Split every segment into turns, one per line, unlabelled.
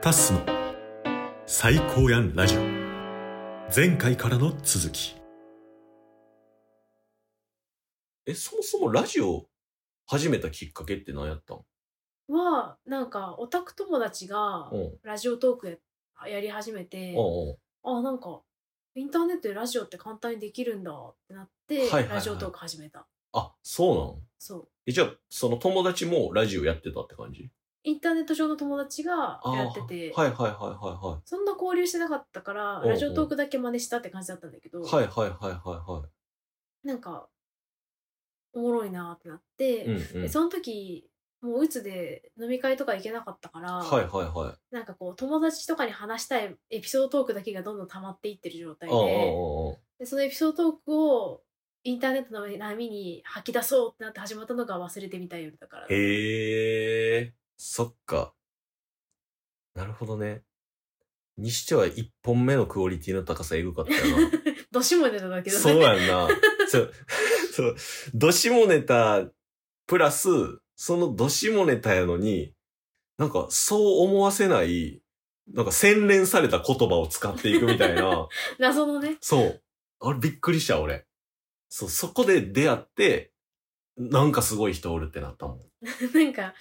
タスの最高やんラジオ前回からの続き
え、そもそもラジオ始めたきっかけって何やったん
は、なんか、オタク友達が
うん。、
ラジオトークややり始めて、
うんうん。
あ、なんか、インターネットでラジオって簡単にできるんだってなって、
はいはいはい
ラジオトーク始めた。
あ、そうなの
そう。
え、じゃあ、その友達もラジオやってたって感じ
インターネット上の友達が
あー
やってて、
はいはいは
そんな交流してなかったから、
おう
ラジオトークだけ真似したって感じだったんだけど、
いはいはい。はいはいはいは
なんか、おもろいなってなって、
いはい。うんうん。
でその時、もううつで飲み会とか行けなかったから、
はいはいはい。
なんかこう友達とかに話したいエピソードトークだけがどんどん溜まっていってる状態
うんうんうん
で
うん。
でそのエピソードトークをインターネットの波に吐き出そうってなって始まったのが忘れてみたい夜だから
へえ、そっか。なるほどね。にしては一本目のクオリティの高さエグかったよな。
どしも出ただけど
そうやんな。そう、そう、どしもネタ、プラス、そのどしもネタやのに、なんかそう思わせない、なんか洗練された言葉を使っていくみたい な。
謎のね
そう。あれびっくりした、俺。そう、そこで出会って、なんかすごい人おるってなったもん。
なんか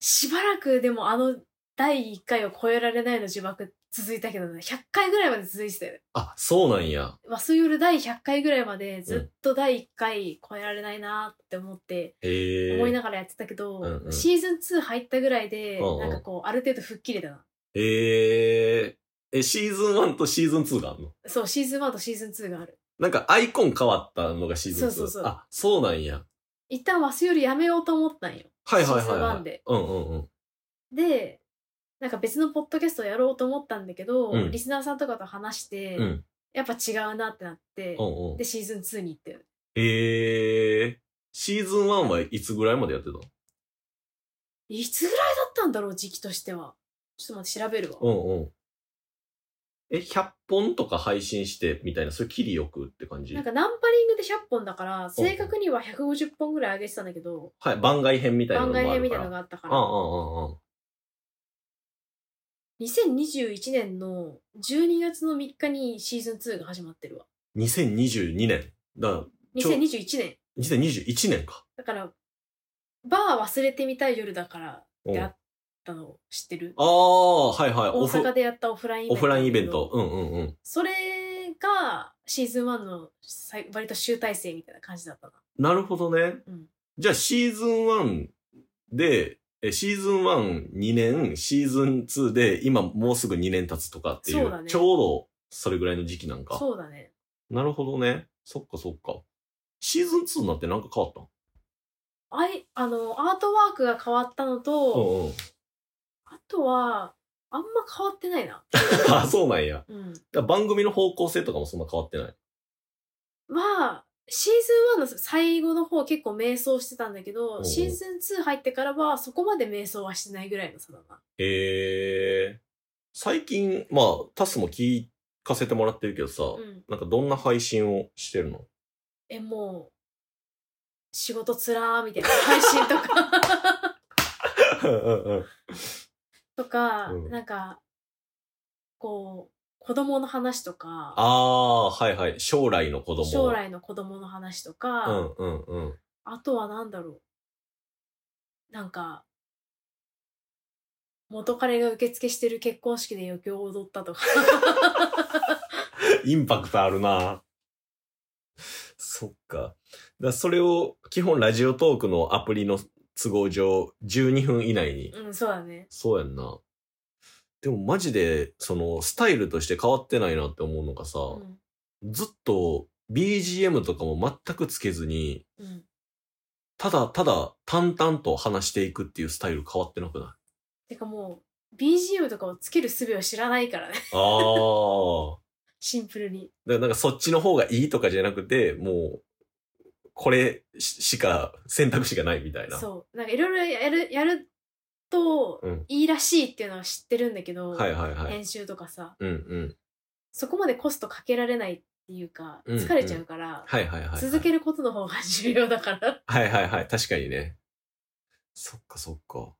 しばらくでもあの第1回を超えられないの呪縛続いたけどね100回ぐらいまで続いてたよね
あ、そうなんや。
和数夜第100回ぐらいまでずっと第1回超えられないなーって思って、
へえ。
思いながらやってたけど、
うんうん
シーズン2入ったぐらいで、
うんうん
なんかこうある程度吹っ切れたな
へえ。え、シーズン1とシーズン2があんの
そうシーズン1とシーズン2がある
なんかアイコン変わったのがシーズン2。
そうそうそう
あ、そうなんや。
一旦忘れよりやめようと思ったんよ
はいはいはい、
シーズン
は
1
い。
で
うんうんうん。
でなんか別のポッドキャストをやろうと思ったんだけど、
うん
リスナーさんとかと話して、
うん
やっぱ違うなってなって、
うんうん
で。シーズン2に行ったよ
えー、シーズン1はいつぐらいまでやってたの
いつぐらいだったんだろう時期としてはちょっと待って調べるわ、
うんうん。え、100本とか配信してみたいな、それ切りよくって感じ
なんかナンパリングで100本だから正確には150本ぐらい上げてたんだけど、
はい、番外編みたいな
番
のもあ
外
るから。
編みたいなのがあったから、
うんうんうんうん。
2021年の12月の3日にシーズン2が始まってるわ。
2022年。だから、ちょ
2021年。
2021年か。
だから、バー忘れてみたい夜だからっ
うん
てあ
あ
ったの知ってる
あー、はいはい。
大
オフ
阪でやったオフラインイベン
オ
ト。
フラインイベント。。うんうんうん。
それがシーズン1の最割と集大成みたいな感じだったな。
なるほどね。
うん
じゃあシーズン1で、えシーズン12年、シーズン2で今もうすぐ2年経つとかっていう、
そうだね
ちょうどそれぐらいの時期なんか。
そうだね。
なるほどね。そっかそっか。シーズン2になってなんか変わったん
あい、あの、アートワークが変わったのと、
うんうん。
あとは、あんま変わってないな。
あ、そうなんや。だか
うん。
ら番組の方向性とかもそんな変わってない。
は、シーズン1の最後の方結構迷走してたんだけ
おうお
ど、
う
シーズン2入ってからはそこまで迷走はしてないぐらいの差だな。
えー、最近、まあ、タスも聞かせてもらってるけどさ、
うん。
なんかどんな配信をして るの
え、もう、仕事つらーみたいな配信 とか、とか、
うん
なんか、こう、子供の話とか、
ああー、はいはい。将来の子供。
将来の子供の話とか、
うんうんうん。
あとはなんだろう。なんか、元彼が受付してる結婚式で余興を踊った とか。
インパクトあるなそっか。だそれを基本ラジオトークのアプリの都合上12分以内に。
うん、そうだね。
そうやんな。でもマジで、そのスタイルとして変わってないなって思うのがさ、
うん。
ずっと BGM とかも全くつけずに、
うん
ただただ淡々と話していくっていうスタイル変わってなくない
てかもう BGM とかをつける術を知らないからね
ああ。
シンプルに
だからなんかそっちの方がいいとかじゃなくて、もう、これししか選択肢がないみたいな。
そうなんかいろいろやるやると
うん
いいらしいっていうのは知ってるんだけど、
はいはいはい。
編集とかさ
うんうん。
そこまでコストかけられないっていうか
うん
疲れちゃうから、
はいはいはい、はい。
続けることの方が重要だから
はいはいはい。確かにね。そっかそっか。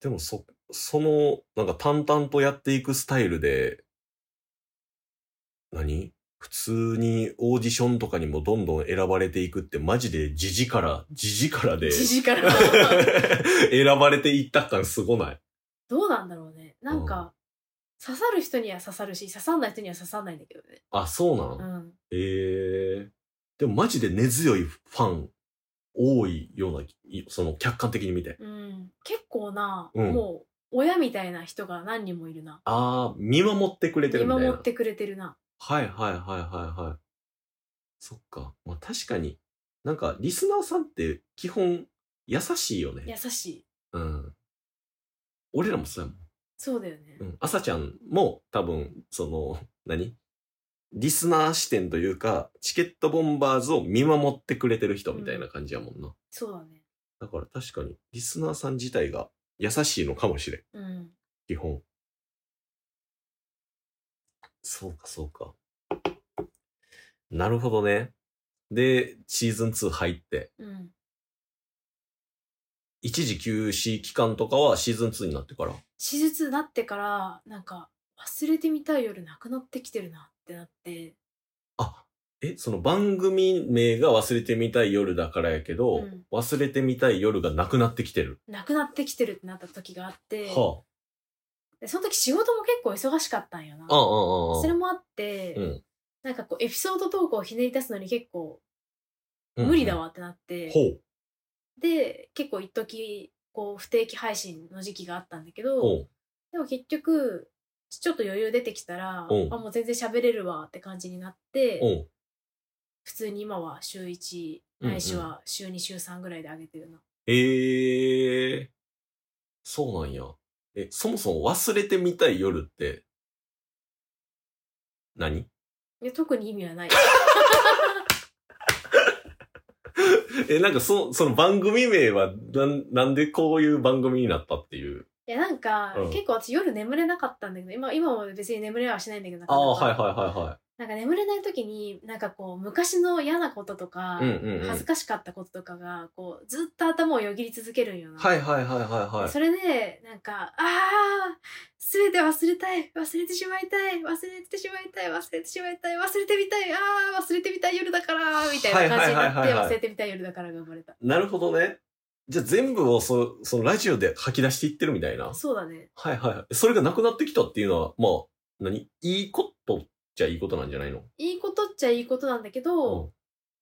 でもそ、その、なんか淡々とやっていくスタイルで、何普通にオーディションとかにもどんどん選ばれていくって、マジでじじから、じじからで、
じじから。
選ばれていった感すごない。
どうなんだろうね。なんか、刺さる人には刺さるし、刺さんない人には刺さんないんだけどね。
あ、そうなの、
うん。
ええでもマジで根強いファン、多いような、いその客観的に見て。
うん。結構な、
うん
もう、親みたいな人が何人もいるな。
ああ、見守ってくれてる
見
みたいな。
守ってくれてるな。
はいはいはいはいはい。そっか。まあ確かに、なんかリスナーさんって基本優しいよ
優
ね。
しい。
うん。俺らもそうや
そうだよね
も。ん。うん。朝ちゃんも多分、その、 何リスナー視点というか、チケットボンバーズを見守ってくれてる人みたいな感じやもんな。
そうだね。
だから確かに、リスナーさん自体が優しいのかもしれん。
うん。
基本。そうか、そうか。なるほどね。で、シーズン2入って、
うん。
一時休止期間とかはシーズン2になってから。
手術になってから、なんか、忘れてみたい夜なくなってきてるなってなって。
あ、え、その番組名が忘れてみたい夜だからやけど、
うん
忘れてみたい夜がなくなってきてる。
なくなってきてるってなった時があって、
は
でその時仕事も結構忙しかったんよな。
あ、ああ、ああ、
それもあって、
うん
なんかこうエピソードトークをひねり出すのに結構
うん
無理だ。わってなって、
ほう、
で結構一時こう不定期配信の時期があったんだけど、
ほう。
でも結局ちょっと余裕出てきたら、
うん
あもう全然喋れるわって感じになって、
おう
普通に今は週1
うんうん
ないしは週2週3ぐらいで上げてるな、
ええそうなんや。え、そもそも忘れてみたい夜って、何
いや特に意味はない
え、なんかそ、その番組名は、なん、なんでこういう番組になったっていう。
いやなんか、
うん
結構私夜眠れなかったんだけど今今も別に眠れはしないんだけどな
あ
かなか
あ、はいはいは
なんか眠れない時になんかこう昔の嫌なこととか、
いはい。うんうんうん。は
恥
い
ずかしかったこととかがこうずっと頭をよぎり続けるんよな、
はいはいはいはい。
それでなんか「ああ全て忘れたい忘れてしまいたい忘れてしまいたい忘れてしまいたい忘れてみたいああ忘れてみたい夜だから」みたいな感じ
は
になって、
いはいはいはいはい
忘れてみたい夜だから」が生まれた
なるほどね。じゃあ全部をそ、そのラジオで吐き出していってるみたいな。
そうだね
はいはいはい。それがなくなってきたっていうのは、まあ、何いいことじゃいいことなんじゃないの
いいことっちゃいいことなんだけど、
うん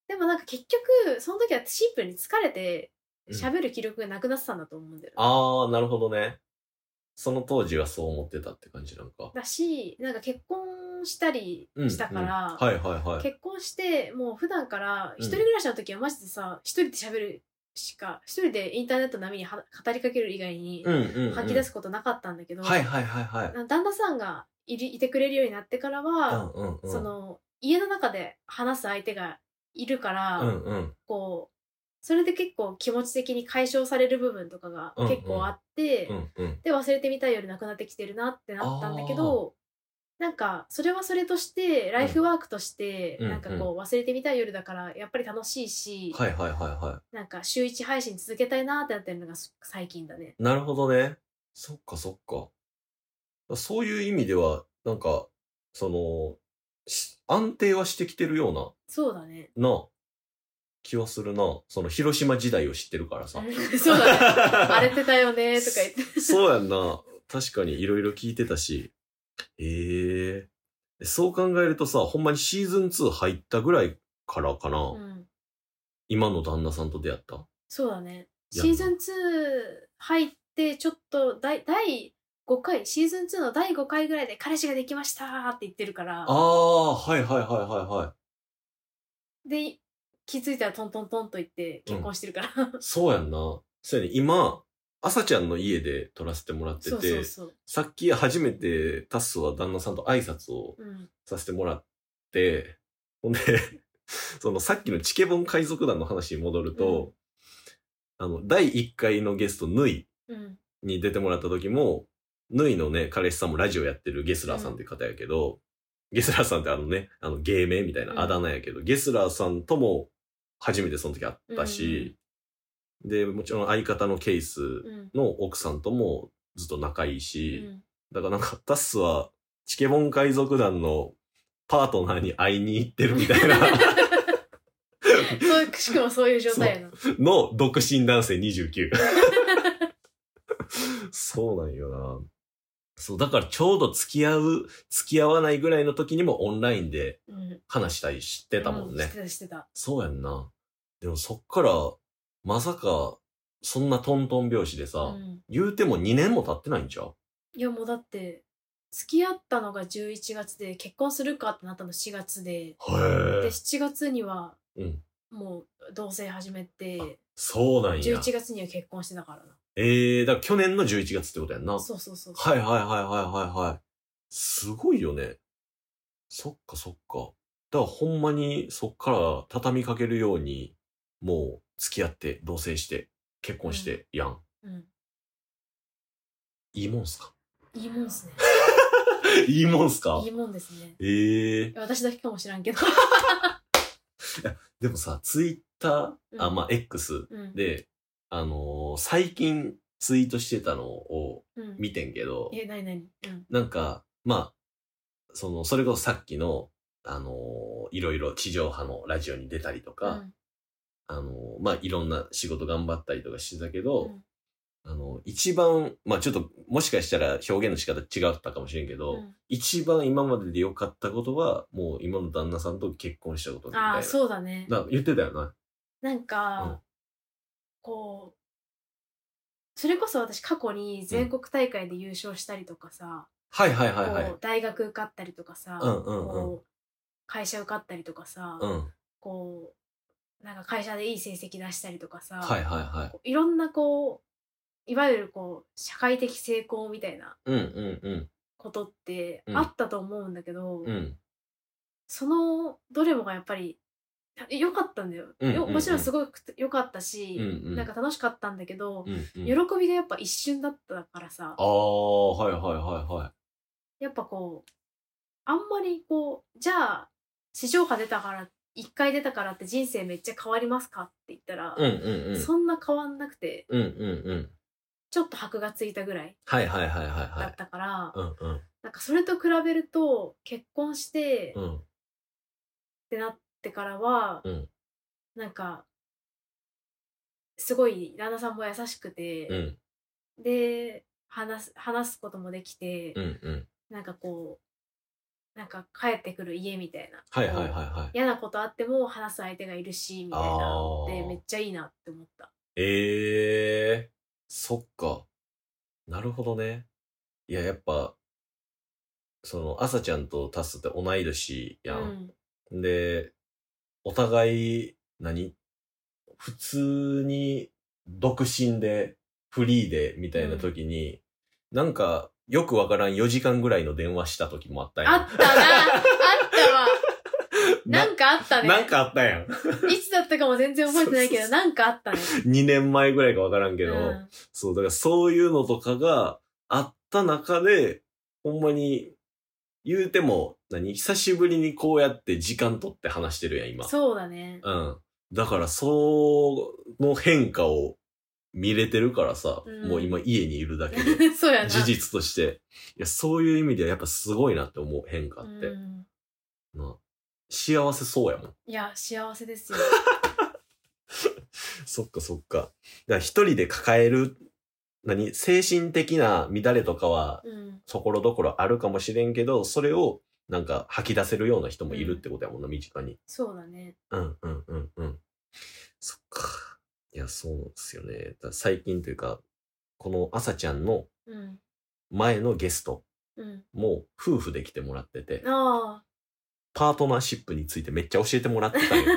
でもなんか結局その時はシンプルに疲れて
うん
喋る気力がなくなってたんだと思うんだよね、
ああ、なるほどね。その当時はそう思ってたって感じなんか。
だしなんか結婚したり
うん
したから、
うんはいはいはい。
結婚してもう普段から
うん
一人暮らしの時はマジでさ一人で喋るしか一人でインターネット並みには語りかける以外に
うんうん、うん。
吐き出すことなかったんだけど、
はいはいはいはい。
旦那さんがいるいてくれるようになってからは、
うんうんうん。
その家の中で話す相手がいるから、
うんうん。
こうそれで結構気持ち的に解消される部分とかが結構あって、
うんうん。
で忘れてみたいよりなくなってきてるなってなったんだけどなんかそれはそれとしてライフワークとして、
うん
なんかこう忘れてみたい夜だからやっぱり楽しいし、
はいはいはいは
なんか週一配信続けたいなってなってるのがす最近だね。
い。なるほどね。そっかそっか。そういう意味では、なんか、その、し安定はしてきてるよ
そうだね。
うな、な、気はするな。その広島時代を知ってるからさ。
そうだね。荒れてたよねとか言っ て。
そうやんな。確かにいろいろ聞いてたし。ええそう考えるとさ、ほんまにシーズン2入ったぐらいからかな。
うん、
今の旦那さんと出会った。
そうだね。
いや
シーズン2入ってちょっと第第5回シーズン2の第5回ぐらいで彼氏ができましたーって言ってるから
ああ、はいはいはいはいは
で気づいたらトントントンと言って結婚してるから。
い。そうやんな。そうやね。今、朝ちゃんの家で撮らせてもらってて、
そうそうそう。
さっき初めてタッスは旦那さんと挨拶を
うん。
させてもらって、ほんで、 そのさっきのチケボン海賊団の話に戻ると、あの、第1回のゲスト、ぬい。
うん。
に出てもらった時も、ぬいのね、彼氏さんもラジオやってるゲスラーさんって方やけど、ゲスラーさんってあのね、あの芸名みたい
うん
なあだ名やけど、ゲスラーさんとも初めてその時会ったし、で、もちろん相方のケイス
うん
の奥さんともずっと仲いいうし、
ん
だからなんかタッスはチケボン海賊団のパートナーに会いに行ってるみた いな
そういうくしくもそういう状態やな
の独身男性29。そうなんよな。そう、だからちょうど付き合う、付き合わないぐらいの時にもオンラインで
うん
話したりしてたもんね。
うしてたしてた
そうやんな。でもそっから、まさか、そんなトントン拍子でさ、
うん
言うても2年も経ってないんちゃう
いやもうだって付き合ったのが11月で結婚するかってなったの4月で
へ
で。7月には
うん
もう同棲始めて
そうなんや。
11月には結婚してたからな
ええー、だから去年の11月ってことやんな。はい
そうそうそう
はいはいはいはいはい。すごいよね。そっかそっか。だからほんまにそっから畳みかけるように、もう付き合って、同棲して、結婚して、やん。
うん
いいもんすか
いいもんですね
いいもんすか
いいもんですね
ええー。
私だけかもしらんけど、
でもさ、ツイッター、 あ、
うん
まあ、X
うん、
で、あのー最近ツイートしてたのを
うん、
見てんけど、
え何何うん
なんか、まあ、その、それこそさっきの、あのーいろいろ地上波のラジオに出たりとか、
うん
あのーまあ、いろんな仕事頑張ったりとかしてたけど、
うん
あの、一番、まあ、ちょっと、もしかしたら表現の仕方違ったかもしれんけど、
うん
一番今までで良かったことは、もう今の旦那さんと結婚したことみたいな。
ああそうだね
な言ってたよな。
なんか、
うん
こうそれこそ私過去に全国大会で優勝したりとかさ、
はいはいはいはい
こ。う大学受かったりとかさ、
うんうんうん
こう会社受かったりとかさ、
うん。
こうなんか会社でいい成績出したりとかさ、
はいはいはい。
こういろんなこういわゆるこう社会的成功みたいな
うんうん
ことって
うん
あったと思うんだけど、
うん。うん。
そのどれもがやっぱり良かったんだよ,よ、
うんうんうん
もちろんすごく良かったし、
うんうん
なんか楽しかったんだけど、
うんう
喜
ん。
びがやっぱ一瞬だったからさ
ああ、はいはいはいはい。
やっぱこうあんまりこうじゃあ地上波出たから一回出たからって人生めっちゃ変わりますかって言ったら、
うんうんうん。
そんな変わんなくて
うんうんうん。
ちょっと箔がついたぐらい
はいはいはいはいは
だ
い
っ。たから、
うんうん
なんかそれと比べると結婚して、
う
っ
ん。
てなってからは、
うん
なんかすごい旦那さんも優しくて、
うん
で話す話すこともできて、
うんうん。
なんかこう、なんか帰ってくる家みたいな。
はいはいはいはい。
嫌なことあっても話す相手がいるし、みたい
あ
な。で、
ー
めっちゃいいなって思った。
ええー、そっか。なるほどね。いや、やっぱ、その、朝ちゃんとタスって同い年やん。で、お互い、何普通に、独身で、フリーで、みたいな時に、なんか、よくわからん4時間ぐらいの電話した時もあった
うん
やん。
あったなあったわなんかあった ね。
なんかあったやん。
いつだったかも全然覚えてないけ
そうそうそ
ど、
う
なんかあったね。
2年前ぐらいかわからんけ
う
ど、
ん
そう、だからそういうのとかがあった中で、ほんまに、言うても、何久しぶりにこうやって時間取って話してるやん、今。
そうだね。
うん。だから、その変化を見れてるからさ、
うん
もう今家にいるだけ で。
そうやな。
事実として。いや、そういう意味ではやっぱすごいなって思う、変化っ
う
て。
ん。
な幸せそうやもん。
いや、幸せです よ。
そっかそっか。だから一人で抱える、何精神的な乱れとかは
うん。
ところどころあるかもしれんけど、それをなんか吐き出せるような人もいるってことやもんな、身近に。
そうだね。
うんうんうんうん。そっか。いや、そうなんですよね。だから最近というか、この朝ちゃんの
うん。
前のゲスト
うん。
も夫婦で来てもらってて、
ああ。
パートナーシップについてめっちゃ教えてもらってたよ。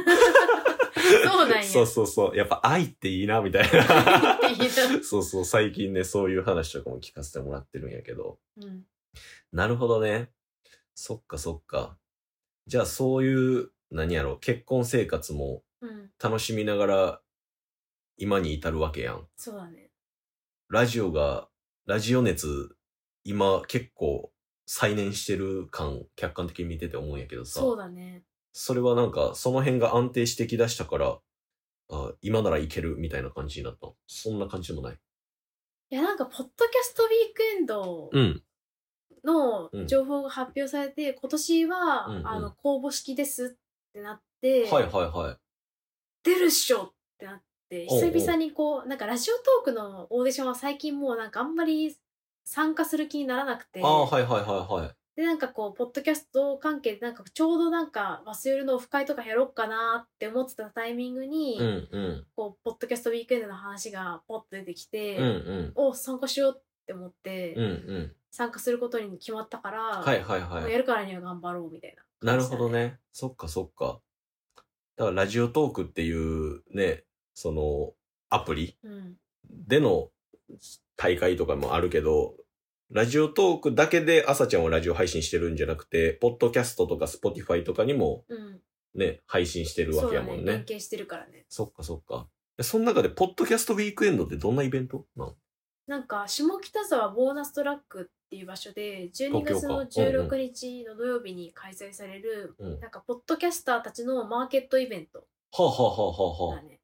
そう なんや。
そうそうそう。やっぱ愛っていいな、みたい な。
いいな
そうそう、最近ね、そういう話とかも聞かせてもらってるんやけど。
うん。
なるほどね。そっかそっか。じゃあそういう、何やろ、結婚生活も
うん。
楽しみながら今に至るわけやん。
そうだね。
ラジオが、ラジオ熱、今結構再燃してる感、客観的に見てて思うんやけどさ。
そうだね。
それはなんか、その辺が安定してきだしたから、あ今ならいけるみたいな感じになった。そんな感じでもない。
いや、なんか、ポッドキャストウィークエンド
うん。
の情報が発表されて、今年は、
うんうん
あの、公募式ですってなって、
はいはいはい。
出るっしょってなって、
おうおう
久々にこう、なんか、ラジオトークのオーディションは最近もうなんか、あんまり参加する気にならなくて、
ああ、はいはいはいはい。
で、なんかこう、ポッドキャスト関係で、なんか、ちょうどなんか、忘れるのオフ会とかやろうかなって思ってたタイミングに、
うんうん。
こう、ポッドキャストウィークエンドの話がポッと出てきて、
うんうん。
お、参加しようって思って、
うんうん。
参加することに決まったから、
はいはい
も
は
う
い
や。るからには頑張ろうみたいな
なる
感じだね、
ほどね。そっかそっか。だからラジオトークっていうね、そのアプリ
うん。
での大会とかもあるけど、ラジオトークだけで朝ちゃんはラジオ配信してるんじゃなくて、ポッドキャストとかスポティファイとかにも
うん。
ね、配信してるわ
そう
けや
だ
も
ね。
ん
連
ね。
携してるからね。
そっかそっか。その中で、ポッドキャストウィークエンドってどんなイベントなの
なんか、下北沢ボーナストラックっていう場所で、12月の
東京か
16日の土曜日に開催される、
うん。は
なんか、ポッドキャスターたちのマーケットイベント
あ、はあはあはあは
だ
あ、
ね。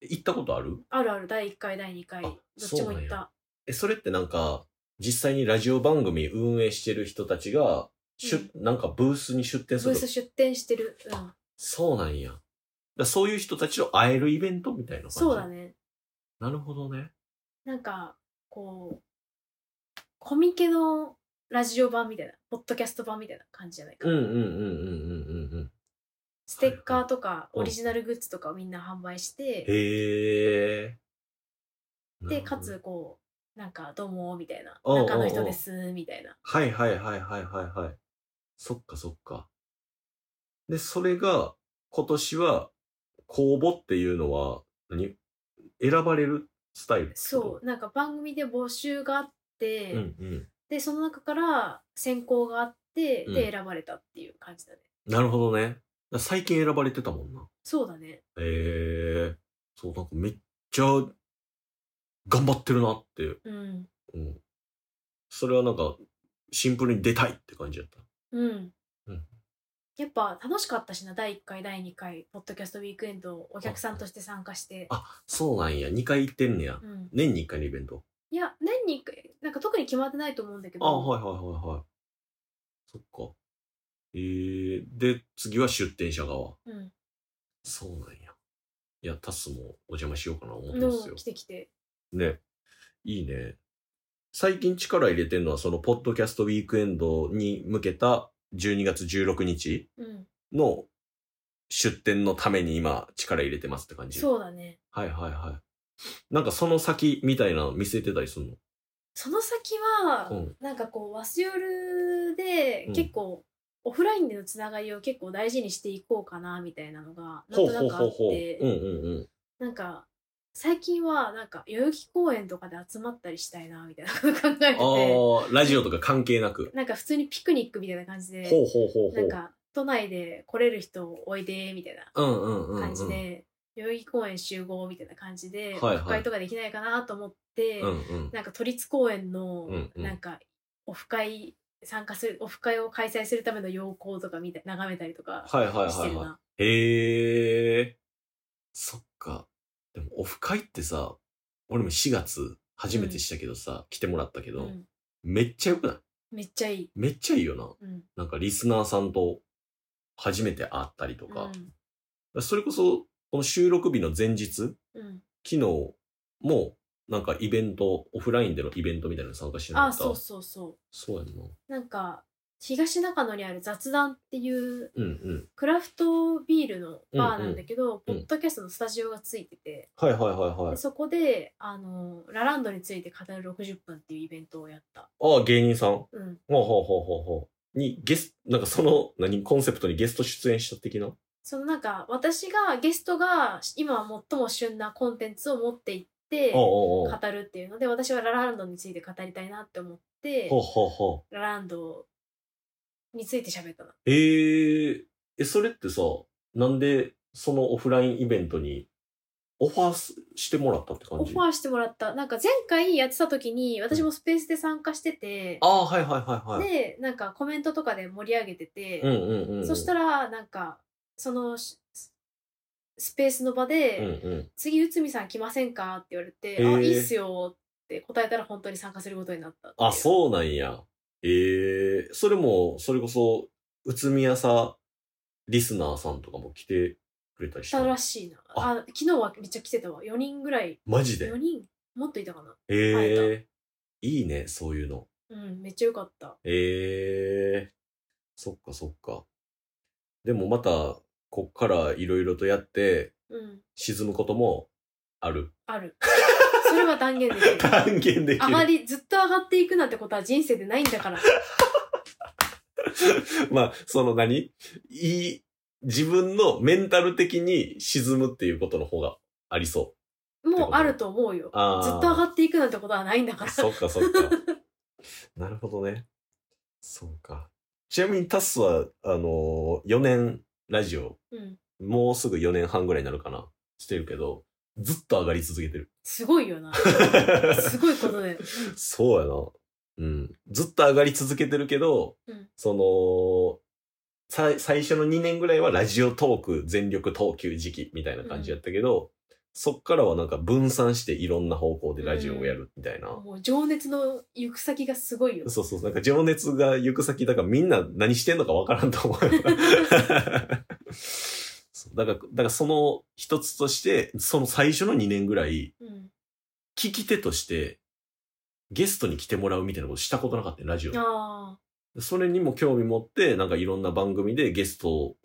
行ったことある
あるある、第1回、第2回、
あ
どっちも行った。
え、それってなんか、実際にラジオ番組運営してる人たちが、しゅ、なんかブースに出
ブ
店す
ー
る。
ス出店してる。うん。
そうなんや。だからそういう人たちと会えるイベントみたいな感じ
そうだ。ね。
なるほどね。
なんか、こう、コミケのラジオ版みたいな、ポッドキャスト版みたいな感じじゃないか
うん
な。
うんうんうんうんうんうん。
ステッカーとか、
うん
オリジナルグッズとかをみんな販売して、
へえ。
で、か
なる
つ、こう、なんか、どうも、みたいな、
おうおうおう
中の人です、みたいな。
ほど。はいはいはいはいはいはい。そっかそっか。で、それが、今年は、公募っていうのは何、選ばれるスタイルってこと
そう、なんか番組で募集があって、
うんうん。
で、その中から選考があって、
うん
で、選ばれたっていう感じだね。
なるほどね。最近選ばれてたもんな。
そうだね。
へえそう、なんかめっちゃ、頑張ってるなって。
うん。
うん。それはなんか、シンプルに出たいって感じだった。
うん。
うん
やっぱ楽しかったしな、第1回、第2回、ポッドキャストウィークエンド、お客さんとして参加して。
あ、そうなんや。2回行ってんねや。
うん。
年に1回のイベント。
いや、年に1回、なんか特に決まってないと思うんだけど、
あ、はいはいはいはい。そっか。えー、で、次は出店者側。
うん。
そうなんや。いや、タスもお邪魔しようかな思って
の
ますよ
来。て来て。
ね。いいね。最近力入れてるのは、その、ポッドキャストウィークエンドに向けた12月16日
うん。
の出店のために今、力入れてますって感じ。
そうだね。
はいはいはい。なんかその先みたいなの見せてたりするの
その先は、
うん
なんかこう、ワスヨルで
うん
結構、オフラインでのつながりを結構大事にしていこうかな、みたいなのが、なん
ほうほ
とな
う
くあ
ほう
っ
ほう。うん
て、
うんうん。
なんか、最近は、なんか、代々木公園とかで集まったりしたいな、みたいなこと考えてて、
ああ、ラジオとか関係なく。
なんか普通にピクニックみたいな感じで、
ほうほうほうほ
なん
う。
か、都内で来れる人おいで、みたいな
うんうんうんうん。
感じで、代々木公園集合みたいな感じで、
はいはい
オフ会とかできないかなと思って、
うんうん。
なんか都立公園の
うんうん
なんかオフ会参加するオフ会を開催するための要項とか見て眺めたりとか
はいはいはい
してる
はい。
な。
へえ。そっか。でも、オフ会ってさ、俺も4月、初めてしたけどさ、来てもらったけど、
うん
めっちゃ良くない
めっちゃいい。
めっちゃいいよな。
うん。
なんか、リスナーさんと、初めて会ったりとか。だか
うん
らそれこそ、この収録日の前日、
うん。
昨日も、なんかイベント、オフラインでのイベントみたいなの参加してなか
あ、
った。
そうそうそ
そうやんな。
う。なんか東中野にある雑談っていう
うんうん。
クラフトビールのバーなんだけ
うん
ど、
うん
ポッドキャストのスタジオがついてて、
はいはいはいは
で
い。
そこであのラランドについて語る60分っていうイベントをやった。
ああ、芸人さん。ほう
うん。
ほうほうほうほう。に、ゲスなんかその、何、コンセプトにゲスト出演した的な
そのなんか私がゲストが今最も旬なコンテンツを持っていって語
おうおうおう
るっていうので私はラランドについて語りたいなって思って
ほうほうほ
ラランドについて喋ったの。
う。えー、え、それってさ、なんでそのオフラインイベントにオファーすしてもらったって感
オ
じ
ファーしてもらった。なんか前回やってた時に私もスペースで参加してて、
ああ、はいはいはいはい。
で、なんかコメントとかで盛り上げてて、
うんうんうん。
そした
ら、
らなんかそのしスペースの場で、
うんうん。
次内海さん来ませんか?」って言われて「
へー
あいいっすよ」って答えたら本当に参加することになったっていう
あ、そうなんや。ええそれも、それこそ、宇都宮さ、リスナーさんとかも来てくれたりし
来
た
た
の
らしいな
あ
あ昨日はめっちゃ来てたわ4人ぐらい
マジで
4人もっといたかな
ええいいね、そういうの。
うんめっちゃよかった
ええそっかそっか。でもまた、こっからいろいろとやって、
うん
沈むこともあ る。
あるそれは断言できる
断言でき
上
る
が。りずっと上がっていくなんてことは人生でないんだから
まあ、その何いい、自分のメンタル的に沈むっていうことの方がありそ
もうあると思うよ
う。ああ。
ずっと上がっていくなんてことはないん だから
そっかそっか。なるほどね。そうか。ちなみにタスは、あのー、4年ラジオ、
うん
もうすぐ4年半ぐらいになるかな、してるけど、ずっと上がり続けてる。
すごい よなすごいことだよ
そうやな。うん。ずっと上がり続けてるけど、
うん
その、さ最初の2年ぐらいはラジオトーク全力投球時期みたいな感じやったけど、そっからはなんか分散していろんな方向でラジオをやるみたいな。
もう情熱の行く先がすごいよ
そうそう、なんか情熱が行く先だからみんな何してんのかわからんと思うよ。そうだから、だからその一つとして、その最初の2年ぐらい、
うん
聞き手として、ゲストに来てもらうみたいなことしたことなかったよラジオ。
ああ
それにも興味持って、なんかいろんな番組でゲストを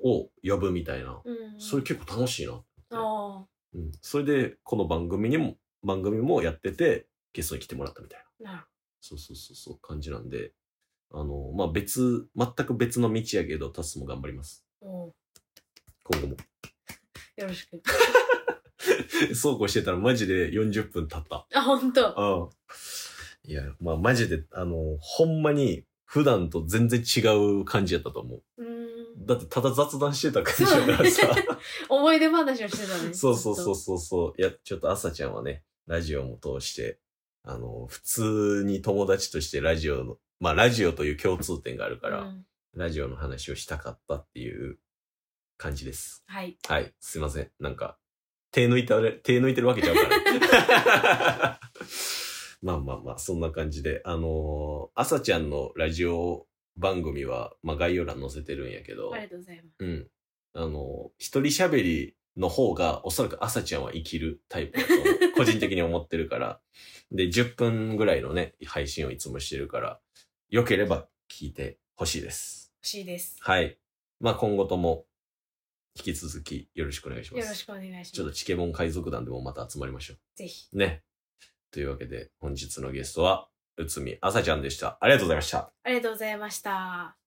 呼ぶみたいな。
うん
それ結構楽しいな。
あ
うん。それで、この番組にも、番組もやってて、ゲストに来てもらったみたいな。
あなる
そうそうそうそう、感じなんで、あの、まあ、別、全く別の道やけど、タスも頑張ります。
ほどおう
今後も。
よろしく
そうこうしてたらマジで40分経った。
あ本当
うん。いや、まあ、マジで、あの、ほんまに、普段と全然違う感じやったと思う。
うー ん
だって、ただ雑談してた感じやからさ
そうだ。 思い出話をしてたね
そうそうそううそうそう。いや、ちょっと朝ちゃんはね、ラジオも通して、あの、普通に友達としてラジオの、まあ、ラジオという共通点があるか、
から
ラジオの話をしたかったっていう感じです。
はい
はい。すいません。なんか、手抜いたれ、手抜いてるわけちゃうから。 まあまあまあ、そんな感じで。あのー、朝ちゃんのラジオ番組は、まあ概要欄載せてるんやけど
あ、りがとうございます
うん。あのー、一人喋りの方が、おそらく朝ちゃんは生きるタイプだと思う個人的に思ってるから。で、10分ぐらいのね、配信をいつもしてるから、良ければ聞いてほしいです。
欲しいです
はい。まあ今後とも引き続きよろしくお願いしま
よ
す。
ろしくお願いします
ちょっとチケモン海賊団でもまた集まりましょ
ぜひ
う。ね。というわけで本日のゲストは、内海あさちゃんでした。ありがとうございました。
ありがとうございました